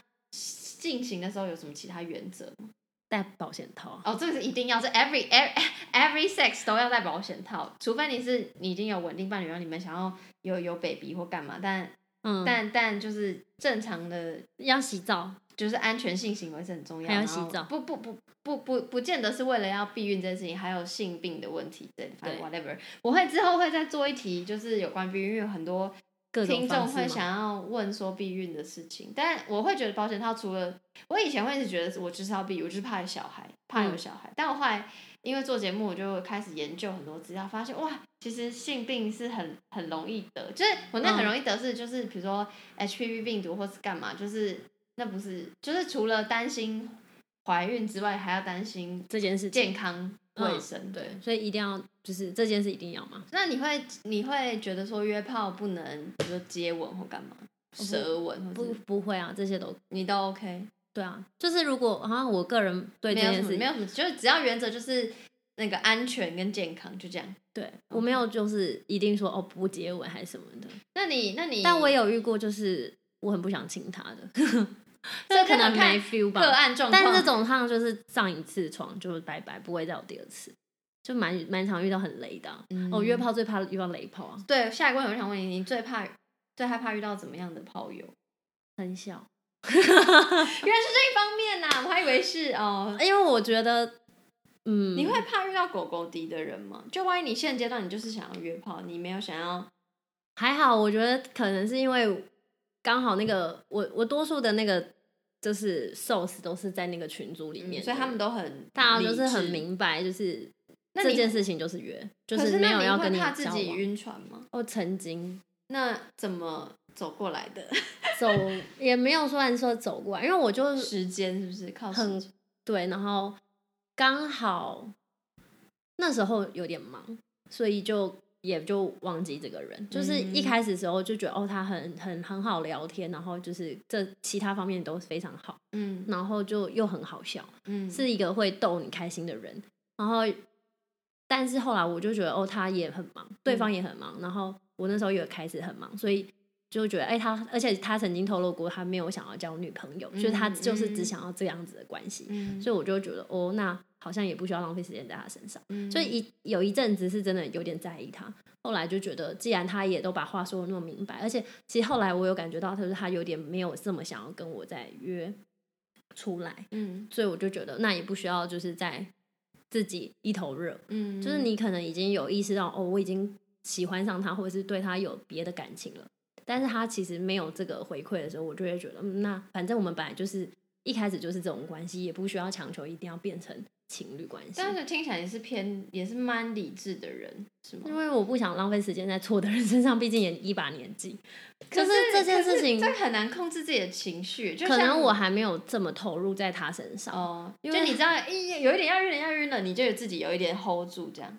A: 进行的时候有什么其他原则吗？
B: 戴保险套啊，
A: 哦，这个是一定要，是 every every every sex 都要戴保险套，除非你是你已经有稳定伴侣，然后你们想要有有 baby 或干嘛，但、
B: 嗯，
A: 但但就是正常的，
B: 要洗澡，
A: 就是安全性行为是很重要。
B: 还有
A: 然后
B: 洗澡
A: 不不不不不不见得是为了要避孕这件事情，还有性病的问题，对，反正 whatever，我会之后会再做一题，就是有关避孕，因为有很多
B: 各种
A: 听众
B: 方式
A: 会
B: 嘛
A: 想要问说避孕的事情，但我会觉得保险套除了我以前会一直觉得我就是要避孕，我就是怕有小孩，怕有
B: 嗯
A: 小孩。但我后来因为做节目，我就开始研究很多资料，发现哇，其实性病是很很容易得，就是我那很
B: 嗯
A: 容易得是就是比如说 HPV 病毒或是干嘛，就是那不是就是除了担心怀孕之外，还要担心
B: 这件事情，
A: 健康
B: 嗯
A: 卫生。对，
B: 所以一定要就是这件事一定要嘛。
A: 那你会你会觉得说约炮不能，比如说接吻或干嘛，舌吻或
B: 不
A: 者
B: 不会啊，这些都
A: 你都 OK，
B: 对啊，就是如果好像我个人对
A: 没
B: 这
A: 有什
B: 件
A: 么
B: 事
A: 没有什么，就是只要原则就是那个安全跟健康就这样。
B: 对我没有就是一定说哦不接吻还是什么的，
A: 那你那你，
B: 但我也有遇过就是我很不想亲他 的，
A: 这
B: 这可能
A: 看
B: 没 feel
A: 个
B: 吧。
A: 案状况，
B: 但这种上就是上一次床就拜拜，不会再有第二次，就蛮蛮常遇到很雷的啊、
A: 嗯
B: 哦，约炮最怕遇到雷炮啊，
A: 对下一个问题我想问你，你最怕最害怕遇到怎么样的炮友？
B: 很小，
A: 原来是这一方面呐、啊 我还以为是哦。
B: 因为我觉得，嗯，
A: 你会怕遇到狗狗敌的人吗？就万一你现阶段你就是想要约炮，你没有想要
B: 还好，我觉得可能是因为刚好那个我我多数的那个就是 source 都是在那个群组里
A: 嗯
B: 面、
A: 所以他们。都很
B: 大家就是很
A: 理智
B: 明白，就是
A: 那
B: 这
A: 你
B: 件事情就是约，就
A: 可
B: 没
A: 那
B: 有
A: 你
B: 要
A: 会
B: 跟
A: 怕自
B: 交
A: 己
B: 往。
A: 晕船吗？
B: 哦，曾经
A: 那怎么走过来 的？
B: 走也没有算说走过来，因为 我就
A: 时间是不是靠时
B: 很
A: 间
B: 对，然后刚好那时候有点忙，所以就也就忘记这个人。就是一
A: 嗯
B: 开始的时候就觉得哦，他很很很好聊天，然后就是这其他方面都非常好，
A: 嗯
B: 然后就又很好笑。
A: 嗯
B: 是一个会逗你开心的人。然后，但是后来我就觉得，哦，他也很忙，对
A: 嗯
B: 方也很忙，然后我那时候也开始很忙，所以就觉得，哎、他而且他曾经透露过，他没有想要交女朋友，就是他
A: 嗯
B: 就是只
A: 嗯
B: 想要这样子的关系。
A: 嗯
B: 所以我就觉得，哦，那好像也不需要浪费时间在他身上。
A: 嗯
B: 所以一有一阵子是真的有点在意他，后来就觉得，既然他也都把话说的那么明白，而且其实后来我有感觉到，就是他有点没有这么想要跟我再约出来。
A: 嗯
B: 所以我就觉得那也不需要就是在自己一头热，
A: 嗯，
B: 就是你可能已经有意识到哦，我已经喜欢上他，或者是对他有别的感情了，但是他其实没有这个回馈的时候，我就会觉得，嗯，那反正我们本来就是一开始就是这种关系，也不需要强求一定要变成情侣关系。
A: 但是听起来也是偏也是蛮理智的人，是吗？
B: 因为我不想浪费时间在错的人身上，毕竟也一把年纪。可是这件事情
A: 可是这很难控制自己的情绪，就
B: 可
A: 像
B: 能我还没有这么投入在他身上。
A: 哦，
B: 因
A: 就
B: 为
A: 你知道，一有一点要晕了，要晕了，你就有自己有一点 hold 住这样。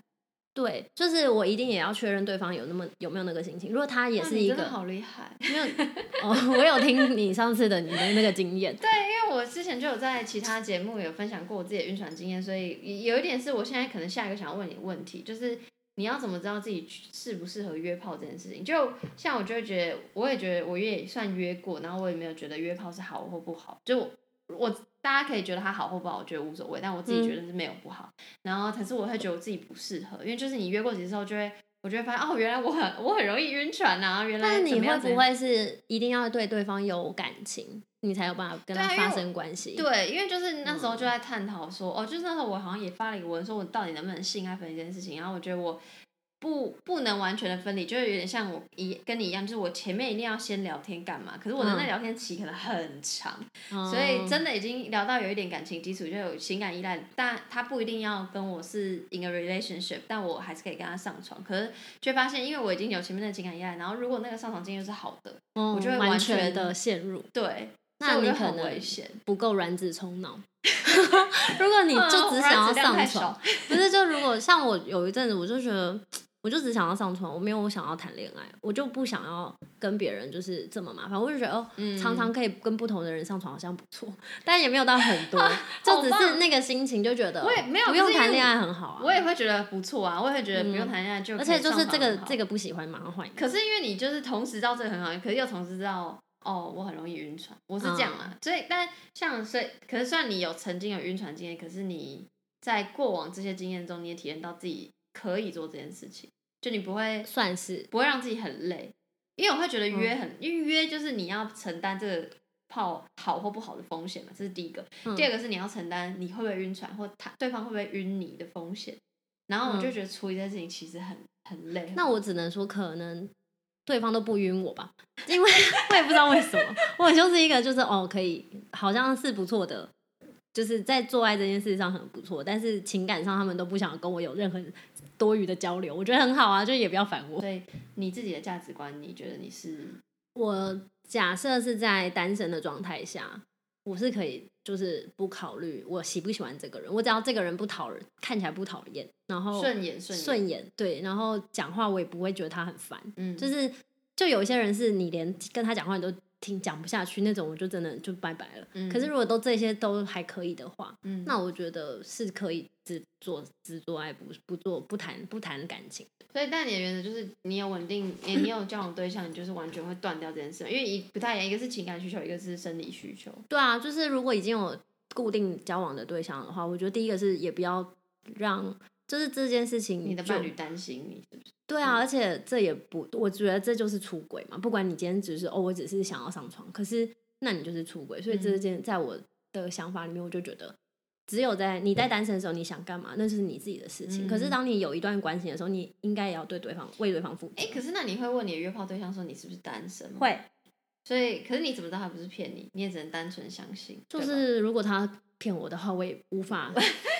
B: 对，就是我一定也要确认对方有那么有没有那个心情。如果他也
A: 哇
B: 是
A: 你
B: 一
A: 真
B: 个
A: 的好厉害。
B: 没有哦，我有听你上次的你的那个经验，
A: 对，因为我之前就有在其他节目有分享过我自己的晕船经验，所以有一点是我现在可能下一个想要问你的问题，就是你要怎么知道自己适不适合约炮这件事情？就像我就会觉得，我也觉得我也算约过，然后我也没有觉得约炮是好或不好，就我我大家可以觉得它好或不好，我觉得无所谓，但我自
B: 嗯
A: 己觉得是没有不好。然后可是我会觉得我自己不适合，因为就是你约过几次之后，就会我就会发现哦，原来我很我很容易晕船啊，原来
B: 但你
A: 怎么
B: 会
A: 样怎么
B: 不
A: 样
B: 会是一定要对对方有感情，你才有办法跟
A: 对
B: 他
A: 啊因为
B: 发
A: 我
B: 生关系？
A: 对，因为就是那时候就
B: 嗯
A: 在探讨说，哦，就是那时候我好像也发了一个文，说我到底能不能性爱分离这件事情。然后我觉得我不不能完全的分离，就是有点像我一跟你一样，就是我前面一定要先聊天干嘛？可是我的
B: 嗯
A: 那聊天期可能很长，
B: 嗯，
A: 所以真的已经聊到有一点感情基础，就有情感依赖。但他不一定要跟我是 in a relationship，但我还是可以跟他上床。可是就会发现，因为我已经有前面的情感依赖，然后如果那个上床经验是好的，
B: 我
A: 我就会
B: 哦完
A: 完
B: 全
A: 全
B: 的陷入，
A: 对，
B: 那
A: 所以
B: 你
A: 我觉得
B: 可
A: 很危
B: 能
A: 险。
B: 不够卵子 充脑。如果你就只
A: 嗯
B: 想要
A: 我儿子量太少
B: 上床，不是，就如果像我有一阵子，我就觉得，我就只想要上床，我没有想要谈恋爱，我就不想要跟别人就是这么麻烦。我就觉得哦，
A: 嗯
B: 常常可以跟不同的人上床好像不错，但也没有到很多，就
A: 好
B: 只是
A: 棒
B: 那个心情就觉得
A: 我也没有
B: 不
A: 可
B: 用
A: 是因为
B: 谈恋爱很好啊。嗯
A: 我也会觉得不错啊，我也会觉得不用谈恋爱就、
B: 而且就是这个这
A: 个，
B: 个不喜欢，马上换一个。
A: 可是因为你就是同时知道这个很好，可是又同时知道哦，我很容易晕船，我是这样啊。
B: 嗯
A: 所以，但像所以，可是虽然你有曾经有晕船经验，可是你在过往这些经验中，你也体验到自己可以做这件事情，就你不会
B: 算是
A: 不会让自己很累，因为我会觉得
B: 嗯
A: 约很，因为约就是你要承担这个泡好或不好的风险嘛，这是第一个。
B: 嗯
A: 第二个是你要承担你会不会晕船或他对方会不会晕你的风险。然后我就觉得处理这件事情其实很很累。
B: 嗯那我只能说，可能对方都不晕我吧，因为 我也不知道为什么， 我就是一个就是哦，可以，好像是不错的，就是在做爱这件事上很不错，但是情感上他们都不想跟我有任何多余的交流，我觉得很好啊，就也不要烦我。
A: 所以你自己的价值观，你觉得你是
B: 我假设是在单身的状态下，我是可以就是不考虑我喜不喜欢这个人，我只要这个人不讨人看起来不讨厌，然后
A: 顺眼顺眼，
B: 哦顺眼，对，然后讲话我也不会觉得他很烦。
A: 嗯，
B: 就是就有一些人是你连跟他讲话你都听讲不下去那种，我就真的就拜拜了。
A: 嗯
B: 可是如果都这些都还可以的话，
A: 嗯，
B: 那我觉得是可以只做只做爱，不不做不谈不谈感情。
A: 所以但你的原则就是你有稳定，你你有交往对象，你就是完全会断掉这件事嘛，因为一不太一样，一个是情感需求，一个是生理需求。
B: 对啊，就是如果已经有固定交往的对象的话，我觉得第一个是也不要让。就是这件事嗯情就，
A: 你的伴侣担心你是不是？
B: 对啊，而且这也不，我觉得这就是出轨嘛。不管你今天只是哦，我只是想要上床，可是那你就是出轨。所以这
A: 嗯
B: 件在我的想法里面，我就觉得，只有在你在单身的时候，你想干嘛，那是你自己的事情。可是
A: 嗯
B: 当你有一段关系的时候，你应该也要对对方为对方负责。
A: 哎、可是那你会问你的约炮对象说你是不是单身吗？
B: 会，
A: 所以，可是你怎么知道他不是骗你？你也只能单纯相信，
B: 就
A: 对吧
B: 是如果他骗我的话，我也无法，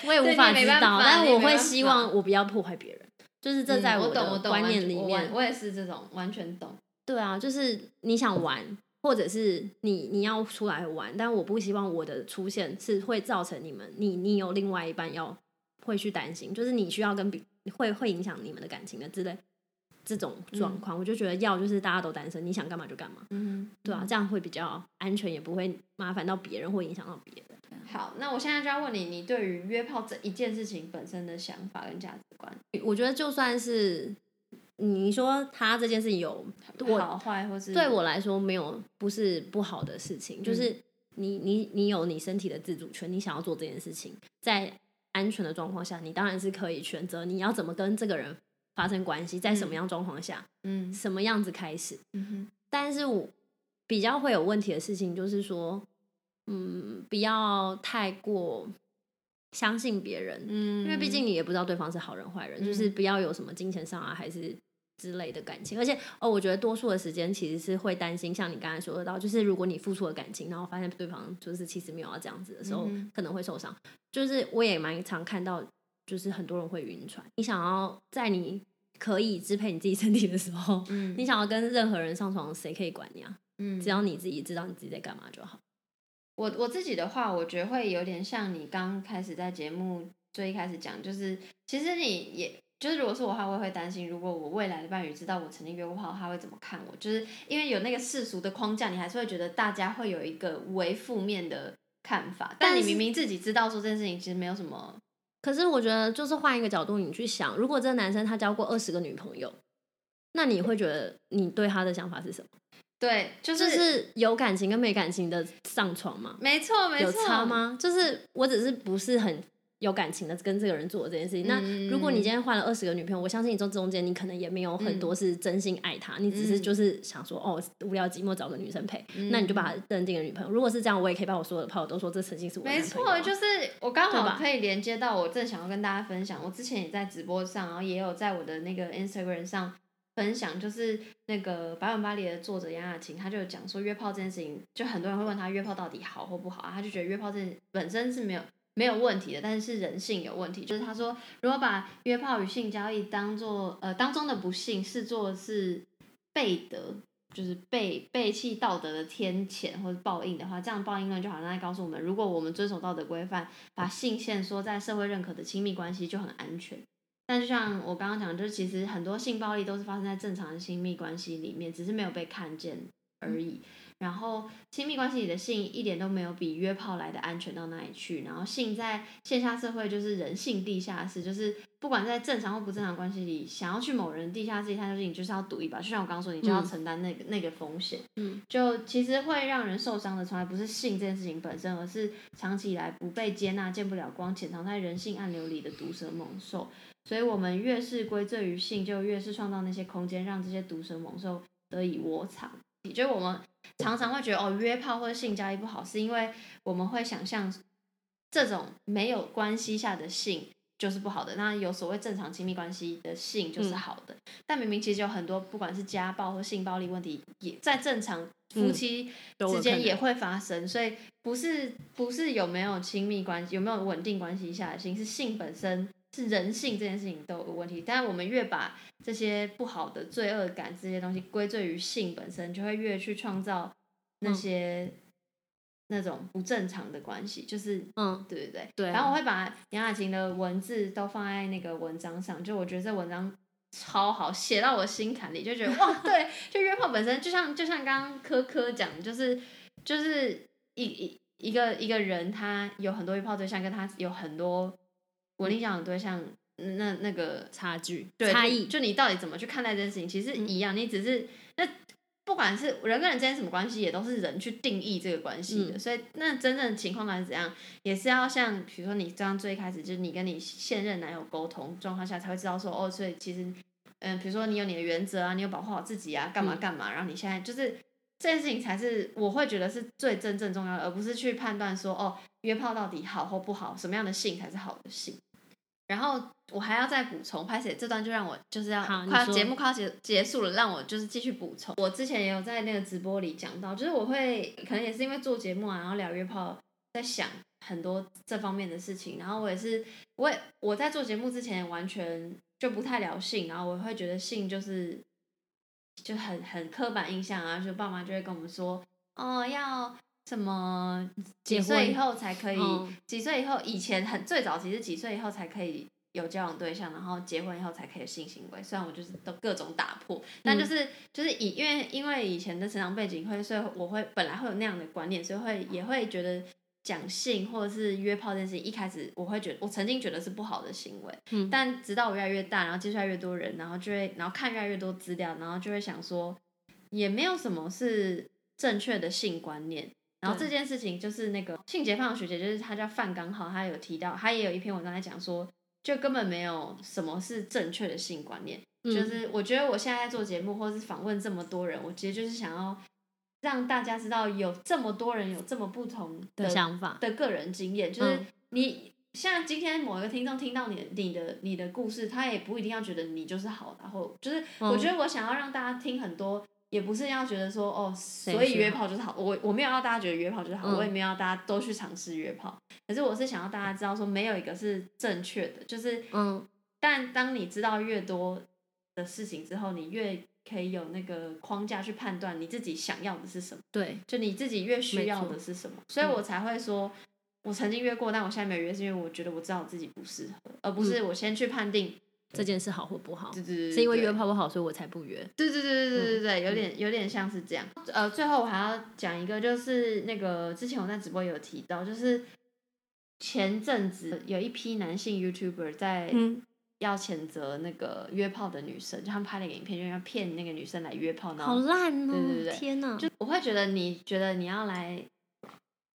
B: 我也
A: 对
B: 无
A: 你
B: 法
A: 没
B: 知
A: 办
B: 道，
A: 法
B: 但
A: 你
B: 我
A: 没
B: 会
A: 办
B: 希
A: 法
B: 望我不要破坏别人。就是这
A: 嗯
B: 在
A: 我懂
B: 的
A: 懂
B: 观
A: 完
B: 念
A: 全
B: 里
A: 我
B: 面，
A: 完我也是这种完全懂。
B: 对啊，就是你想玩，或者是你你要出来玩，但我不希望我的出现是会造成你们，你你有另外一半要会去担心，就是你需要跟别会会影响你们的感情的之类这种状况，我就觉得要就是大家都单身，你想干嘛就干嘛，
A: 嗯，
B: 对啊，这样会比较安全，也不会麻烦到别人或影响到别人。
A: 嗯好，那我现在就要问你，你对于约炮这一件事情本身的想法跟价值观，
B: 我觉得就算是你说他这件事情有我
A: 好坏或是
B: 对我来说没有不是不好的事情，就是你你你有你身体的自主权，你想要做这件事情，在安全的状况下，你当然是可以选择你要怎么跟这个人发生关系，在什么样状况下，
A: 嗯
B: 什么样子开始。
A: 嗯
B: 但是我比较会有问题的事情就是说，嗯，不要太过相信别人，
A: 嗯
B: 因为毕竟你也不知道对方是好人坏人，
A: 嗯
B: 就是不要有什么金钱上啊，还是之类的感情。而且哦，我觉得多数的时间其实是会担心，像你刚才说得到，就是如果你付出了感情，然后发现对方就是其实没有要这样子的时候，
A: 嗯
B: 可能会受伤。就是我也蛮常看到，就是很多人会晕船。你想要在你可以支配你自己身体的时候，
A: 嗯
B: 你想要跟任何人上床，谁可以管你啊？
A: 嗯
B: 只要你自己知道你自己在干嘛就好。
A: 我我自己的话，我觉得会有点像你刚开始在节目最一开始讲，就是其实你也就是如果是我的话，我也会担心，如果我未来的伴侣知道我曾经约过炮，他会怎么看我？就是因为有那个世俗的框架，你还是会觉得大家会有一个为负面的看法，但
B: 但
A: 你
B: 是
A: 明明自己知道说这件事情其实没有什么，
B: 可是我觉得，就是换一个角度你去想，如果这个男生他交过二十个女朋友，那你会觉得你对他的想法是什么？
A: 对，就、
B: 就是是有感情跟没感情的上床吗？
A: 没错没错，
B: 有差？吗？就是我只是不是很有感情的跟这个人做这件事
A: 嗯
B: 情。
A: 嗯
B: 那如果你今天换了二十个女朋友，我相信你这中间你可能也没有很多是真心爱她，你只是就是想说哦无聊寂寞找个女生陪，
A: 嗯
B: 那你就把她认定了女朋友。如果是这样，我也可以把我所有的炮友都说这曾经是我的
A: 没
B: 男朋友啊
A: 错，就是我刚
B: 对
A: 好
B: 吧
A: 可以连接到我正想要跟大家分享，我之前也在直播上，然后也有在我的那个 Instagram 上分享，就是那个《白晚巴黎》的作者杨雅琴，她就有讲说约炮这件事情，就很多人会问她约炮到底好或不好啊，她就觉得约炮这件本身是没有没有问题的，但是人性有问题。就是她说，如果把约炮与性交易当做呃当中的不幸视作是背德，就是背背弃道德的天谴或者报应的话，这样报应论就好像在告诉我们，如果我们遵守道德规范，把性限缩在社会认可的亲密关系，就很安全。但就像我刚刚讲，就是其实很多性暴力都是发生在正常的亲密关系里面，只是没有被看见而
B: 嗯
A: 已。然后亲密关系里的性一点都没有比约炮来的安全到哪里去。然后性在线下社会就是人性地下室，就是不管在正常或不正常关系里，想要去某人地下室一下，就是你就是要赌一把。就像我刚刚说，你就要
B: 嗯
A: 承担那个、那个风险。
B: 嗯，
A: 就其实会让人受伤的，从来不是性这件事情本身，而是长期以来不被接纳、见不了光、潜藏在人性暗流里的毒蛇猛兽。所以，我们越是归罪于性，就越是创造那些空间，让这些毒蛇猛兽得以窝藏。也就是我们常常会觉得，哦，约炮或者性交易不好，是因为我们会想象这种没有关系下的性就是不好的，那有所谓正常亲密关系的性就是好的。但明明其实有很多，不管是家暴或性暴力问题，也在正常夫妻
B: 都有
A: 之
B: 可
A: 间
B: 能
A: 也会发生，所以不是不是有没有亲密关系，有没有稳定关系下的性，是性本身。是人性这件事情都有问题，但我们越把这些不好的罪恶感这些东西归罪于性本身，就会越去创造那
B: 嗯
A: 些、那种不正常的关系，就是
B: 嗯，
A: 对对对。
B: 对啊
A: 然后我会把杨雅琴的文字都放在那个文章上，就我觉得这文章超好，写到我心坎里，就觉得 哇，对，就约炮本身就像就像刚刚科科讲，就是就是一一一个一个人他有很多约炮对象，跟他有很多我理想的对象，那那个
B: 差距
A: 对
B: 差
A: 就
B: 异，
A: 就你到底怎么去看待这件事情，其实
B: 嗯
A: 一样，你只是那不管是人跟人之间什么关系，也都是人去定义这个关系的，
B: 嗯
A: 所以那真正的情况来怎样，也是要像比如说你这样最开始就是你跟你现任男友沟通状况下，才会知道说哦，所以其实嗯，比如说你有你的原则啊，你有保护好自己啊，干嘛
B: 嗯
A: 干嘛，然后你现在就是。这件事情才是我会觉得是最真正重要的，而不是去判断说哦，约炮到底好或不好，什么样的性才是好的性。然后我还要再补充，拍写这段就让我就是要
B: 好你
A: 快要
B: 说
A: 节目快要结结束了，让我就是继续补充。我之前也有在那个直播里讲到，就是我会可能也是因为做节目啊，然后聊约炮，在想很多这方面的事情。然后我也是，我也我在做节目之前完全就不太聊性，然后我会觉得性就是就很很刻板印象啊，就爸妈就会跟我们说，哦要。什么几
B: 结
A: 岁
B: 婚
A: 以后才可以？
B: 嗯
A: 几岁以后？以前很最早，其实几岁以后才可以有交往对象，然后结婚以后才可以有性行为。虽然我就是都各种打破，但
B: 嗯
A: 就是、就是以因为因为以前的成长背景会，所以我会本来会有那样的观念，所以会也会觉得讲性或者是约炮这件事情，一开始我会觉得我曾经觉得是不好的行为，
B: 嗯
A: 但直到我越来越大，然后接触越来越多人，然后就会然后看越来越多资料，然后就会想说，也没有什么是正确的性观念。然后这
B: 对
A: 件事情就是那个性解放的学姐，就是她叫范刚好，她有提到，她也有一篇文章在讲说，就根本没有什么是正确的性观念。就
B: 嗯
A: 是我觉得我现在在做节目或是访问这么多人，我其实就是想要让大家知道有这么多人有这么不同
B: 的想法，
A: 的个人经验，就是
B: 嗯
A: 你。像今天某一个听众听到你的你的你的故事，他也不一定要觉得你就是好的啊，或就是
B: 嗯
A: 我觉得我想要让大家听很多，也不是要觉得说哦，所
B: 是
A: 以约炮就是好，我我没有要大家觉得约炮就是好，
B: 嗯
A: 我也没有要大家都去尝试约炮，可是我是想要大家知道说没有一个是正确的，就是
B: 嗯，
A: 但当你知道越多的事情之后，你越可以有那个框架去判断你自己想要的是什么。
B: 对，
A: 就你自己越需要
B: 没错嗯
A: 的是什么，所以我才会说，我曾经约过，但我现在没有约，是因为我觉得我知道我自己不适合，而不是我先去判定，
B: 这件事好或不好，
A: 对对对，
B: 嗯是因为约
A: 对，
B: 炮不好，所以我才不约。
A: 对对对对对对
B: 嗯
A: 对，有点有点像是这样。呃，最后我还要讲一个，就是那个之前我在直播也有提到，就是前阵子有一批男性 YouTuber 在
B: 嗯，
A: 要谴责那个约炮的女生，就他们拍了一个影片，就要骗那个女生来约炮，然后
B: 好烂哦、
A: 对对对
B: 天哪！
A: 就我会觉得你觉得你要来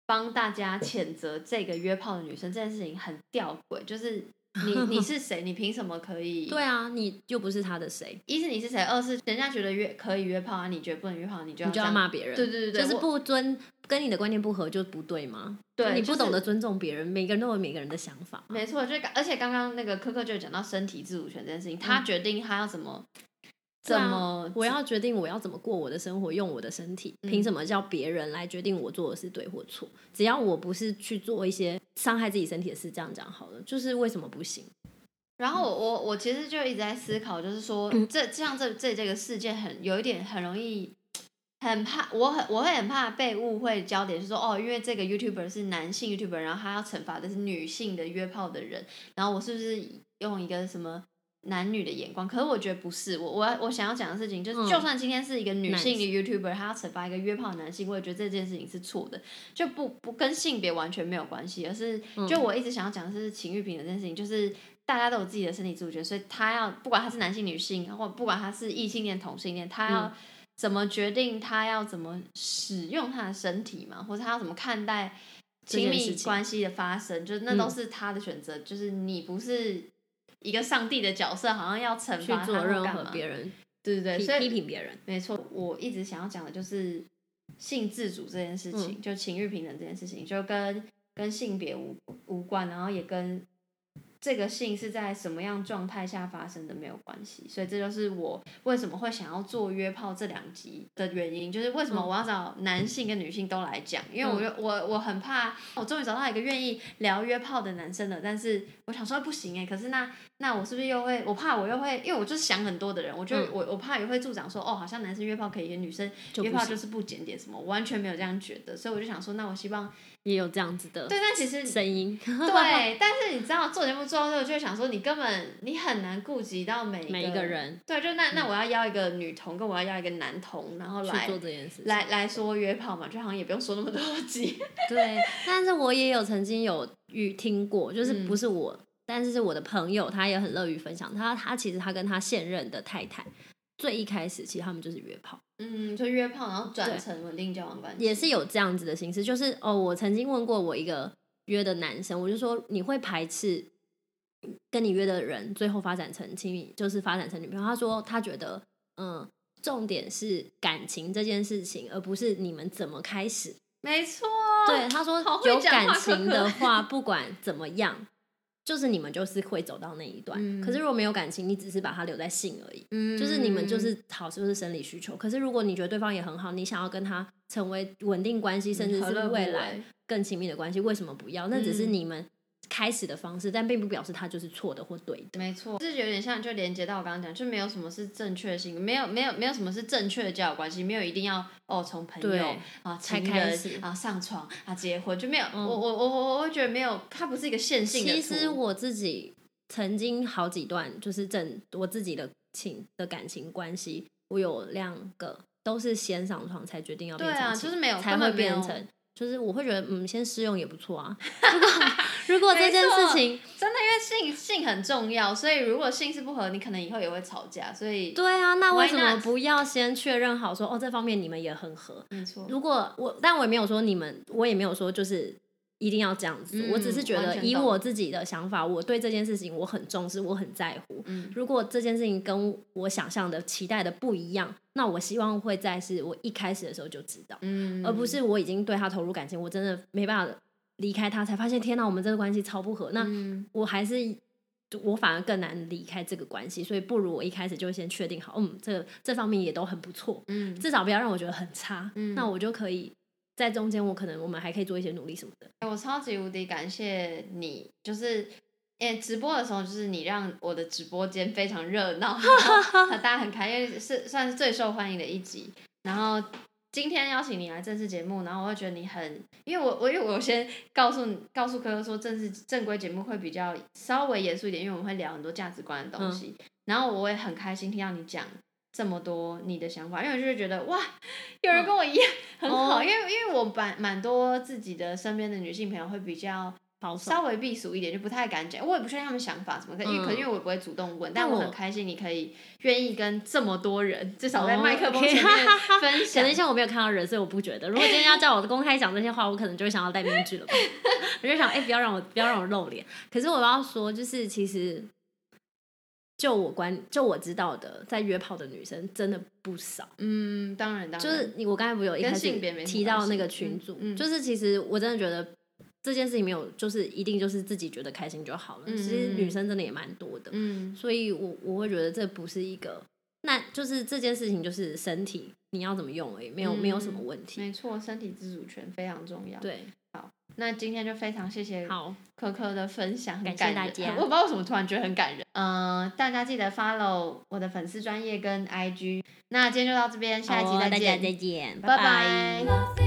A: 帮大家谴责这个约炮的女生这件事情很吊诡，就是你你是谁，你凭什么可以？
B: 对，啊，你又不是他的谁，
A: 一是你是谁，二是人家觉得约可以约炮啊，你觉得不能约炮，你就要
B: 你就要
A: 这样
B: 骂别人，
A: 对对对对
B: 就是
A: 我
B: 不尊跟你的观念不合就不对吗？
A: 对，
B: 你
A: 就
B: 不懂
A: 是
B: 得尊重别人，每个人都有每个人的想法。
A: 没错，就刚而且刚刚那个科科就有讲到身体自主权这件事情，他决定他要怎么、
B: 嗯对
A: 怎
B: 啊
A: 么
B: 我要决定我要怎么过我的生活，用我的身体，
A: 嗯
B: 凭什么叫别人来决定我做的是对或错？只要我不是去做一些伤害自己身体的事，这样讲好了。就是为什么不行？
A: 然后我我我其实就一直在思考，就是说
B: 嗯
A: 这像这这这个事件很有一点很容易，很怕我很我会很怕被误会焦点是说哦，因为这个 YouTuber 是男性 YouTuber，然后他要惩罚的是女性的约炮的人，然后我是不是用一个什么？男女的眼光，可是我觉得不是。我我我想要讲的事情就是，
B: 嗯
A: 就算今天是一个女
B: 男
A: 性的 YouTuber，她要惩罚一个约炮的男性，我也觉得这件事情是错的，就不不跟性别完全没有关系，而是
B: 嗯
A: 就我一直想要讲的是情欲平等这件事情，就是大家都有自己的身体自主权，所以他要不管他是男性、女性，或不管他是异性恋、同性恋，他
B: 嗯
A: 要怎么决定他要怎么使用他的身体嘛，或者他要怎么看待
B: 这
A: 亲
B: 件事
A: 密
B: 情
A: 关系的发生，就是那都
B: 嗯
A: 是他的选择，就是你不是一个上帝的角色，啊好像要惩
B: 去
A: 罚他
B: 做
A: 或
B: 任
A: 干
B: 何
A: 嘛
B: 别人
A: 对对对，
B: 批
A: 所
B: 批
A: 以
B: 评别人，
A: 没错，我一直想要讲的就是性自主这件事情，就情欲平等这件事情，就跟跟性别无无关，然后也跟这个性是在什么样状态下发生的没有关系。所以这就是我为什么会想要做约炮这两集的原因，就是为什么
B: 嗯
A: 我要找男性跟女性都来讲，因为我就我我很怕，我终于找到一个愿意聊约炮的男生了，但是我想说不行哎、可是那那我是不是又会，我怕我又会，因为我就是想很多的人，我就、
B: 嗯
A: 我我怕也会助长说，哦，好像男生约炮可以，女生
B: 就
A: 约
B: 不
A: 炮
B: 行
A: 就是不检点什么，我完全没有这样觉得，所以我就想说，那我希望
B: 也有这样子的
A: 对，但其实
B: 声音。
A: 对，但是你知道做节目做到最后，就会想说，你根本你很难顾及到每
B: 每一个人嗯
A: 对，就那那我要邀一个女同，跟我要邀一个男同，然后
B: 去
A: 来
B: 做这件事情。
A: 来来说约炮嘛，就好像也不用说那么多集，
B: 对，但是我也有曾经有遇听过，就是
A: 嗯
B: 不是我，但是是我的朋友，他也很乐于分享。他他其实他跟他现任的太太最一开始，其实他们就是约炮，
A: 嗯，就约炮，然后转
B: 对
A: 成稳定交往关系，
B: 也是有这样子的形式。就是哦，我曾经问过我一个约的男生，我就说你会排斥跟你约的人最后发展成亲密，就是发展成女朋友？他说他觉得嗯。重点是感情这件事情，而不是你们怎么开始。
A: 没错，
B: 对，他说
A: 好会
B: 有
A: 讲话
B: 感情
A: 可
B: 的
A: 可
B: 话，不管怎么样，就是你们就是会走到那一段。
A: 嗯
B: 可是如果没有感情，你只是把它留在性而已，
A: 嗯
B: 就是你们就是好，就是生理需求。可是如果你觉得对方也很好，你想要跟他成为稳定关系，甚至
A: 嗯何乐
B: 是
A: 不
B: 未来
A: 为
B: 更亲密的关系，为什么不要？那只是
A: 嗯
B: 你们开始的方式，但并不表示他就是错的或对的。
A: 没错，这有点像就连接到我刚刚讲，就没有什么是正确性，没有没有没有什么是正确的交友关系，没有一定要哦从朋友
B: 对
A: 啊
B: 才
A: 情
B: 开
A: 人
B: 始
A: 啊上床啊结婚就没有，
B: 嗯
A: 我我我我我会觉得没有，它不是一个线性的图。
B: 其实我自己曾经好几段，就是正我自己的情的感情关系，我有两个都是先上床才决定要
A: 对
B: 变成
A: 啊，
B: 情
A: 就是没有
B: 才
A: 根
B: 会
A: 本没
B: 变
A: 有
B: 成，就是我会觉得嗯，先试用也不 错啊。如果如果这件
A: 没错
B: 事情，
A: 真的，因为性性很重要，所以如果性是不合，你可能以后也会吵架，所以
B: 对啊，那
A: Why
B: 为什么
A: not？
B: 不要先确认好说哦，这方面你们也很合？
A: 没错，
B: 如果我，但我也没有说你们，我也没有说就是一定要这样子。
A: 嗯
B: 我只是觉
A: 完
B: 得
A: 全
B: 以
A: 懂
B: 我自己的想法，我对这件事情我很重视，我很在乎。
A: 嗯
B: 如果这件事情跟我想象的、期待的不一样，那我希望会在是我一开始的时候就知道，
A: 嗯，
B: 而不是我已经对他投入感情，我真的没办法离开他，才发现天哪，我们这个关系超不合。那
A: 嗯
B: 我还是我反而更难离开这个关系，所以不如我一开始就先确定好，嗯，这这方面也都很不错，
A: 嗯，
B: 至少不要让我觉得很差，
A: 嗯
B: 那我就可以在中间，我可能我们还可以做一些努力什么的。
A: 哎我超级无敌感谢你，就是。哎、直播的时候就是你让我的直播间非常热闹， 然后大家很开心，因为是算是最受欢迎的一集。然后今天邀请你来正式节目，然后我会觉得你很，因为我我因为我有先告诉你告诉科科说正式正规节目会比较稍微严肃一点，因为我们会聊很多价值观的东西。然后我也很开心听到你讲这么多你的想法，因为我就会觉得哇，有人跟我一样、很好，
B: 哦
A: 因为因为我蛮蛮多自己的身边的女性朋友会比较
B: 保守，
A: 稍微避俗一点，就不太敢讲。我也不确定他们想法怎么，可因为、可是因为我也不会主动问，但
B: 嗯那
A: 我
B: 我
A: 很开心你可以愿意跟这么多人，至少在
B: 哦
A: 麦克风
B: 可以
A: 前 面分
B: 可
A: 享
B: 能。像我没有看到人，所以我不觉得。如果今天要叫我公开讲这些话，我可能就会想要戴面 具了吧。我就想，哎、不要让我不要让我露脸。可是我要说，就是其实就我观就我知道的，在约炮的女生真的不少。
A: 嗯，当然当然，
B: 就是你，我刚才不有一
A: 跟
B: 开始
A: 性别没什么
B: 提到
A: 关系
B: 那个群组，
A: 嗯嗯
B: 就是其实我真的觉得这件事情没有，就是一定就是自己觉得开心就好了。
A: 嗯
B: 其实女生真的也蛮多的，
A: 嗯
B: 所以我我会觉得这不是一个，那就是这件事情就是身体你要怎么用而已，没有、
A: 嗯
B: 没有什么问题。
A: 没错，身体自主权非常重要。，
B: 对，
A: 那今天就非常谢谢
B: 好，
A: 可可的分享，很
B: 感谢
A: 感
B: 大
A: 人
B: 家
A: 我不知道为什么突然觉得很感人。嗯、大家记得 follow 我的粉丝专业跟 IG。那今天就到这边，下一
B: 好
A: 集
B: 哦
A: 再
B: 大
A: 见，
B: 家再见，
A: 拜
B: 拜
A: 拜
C: Nothing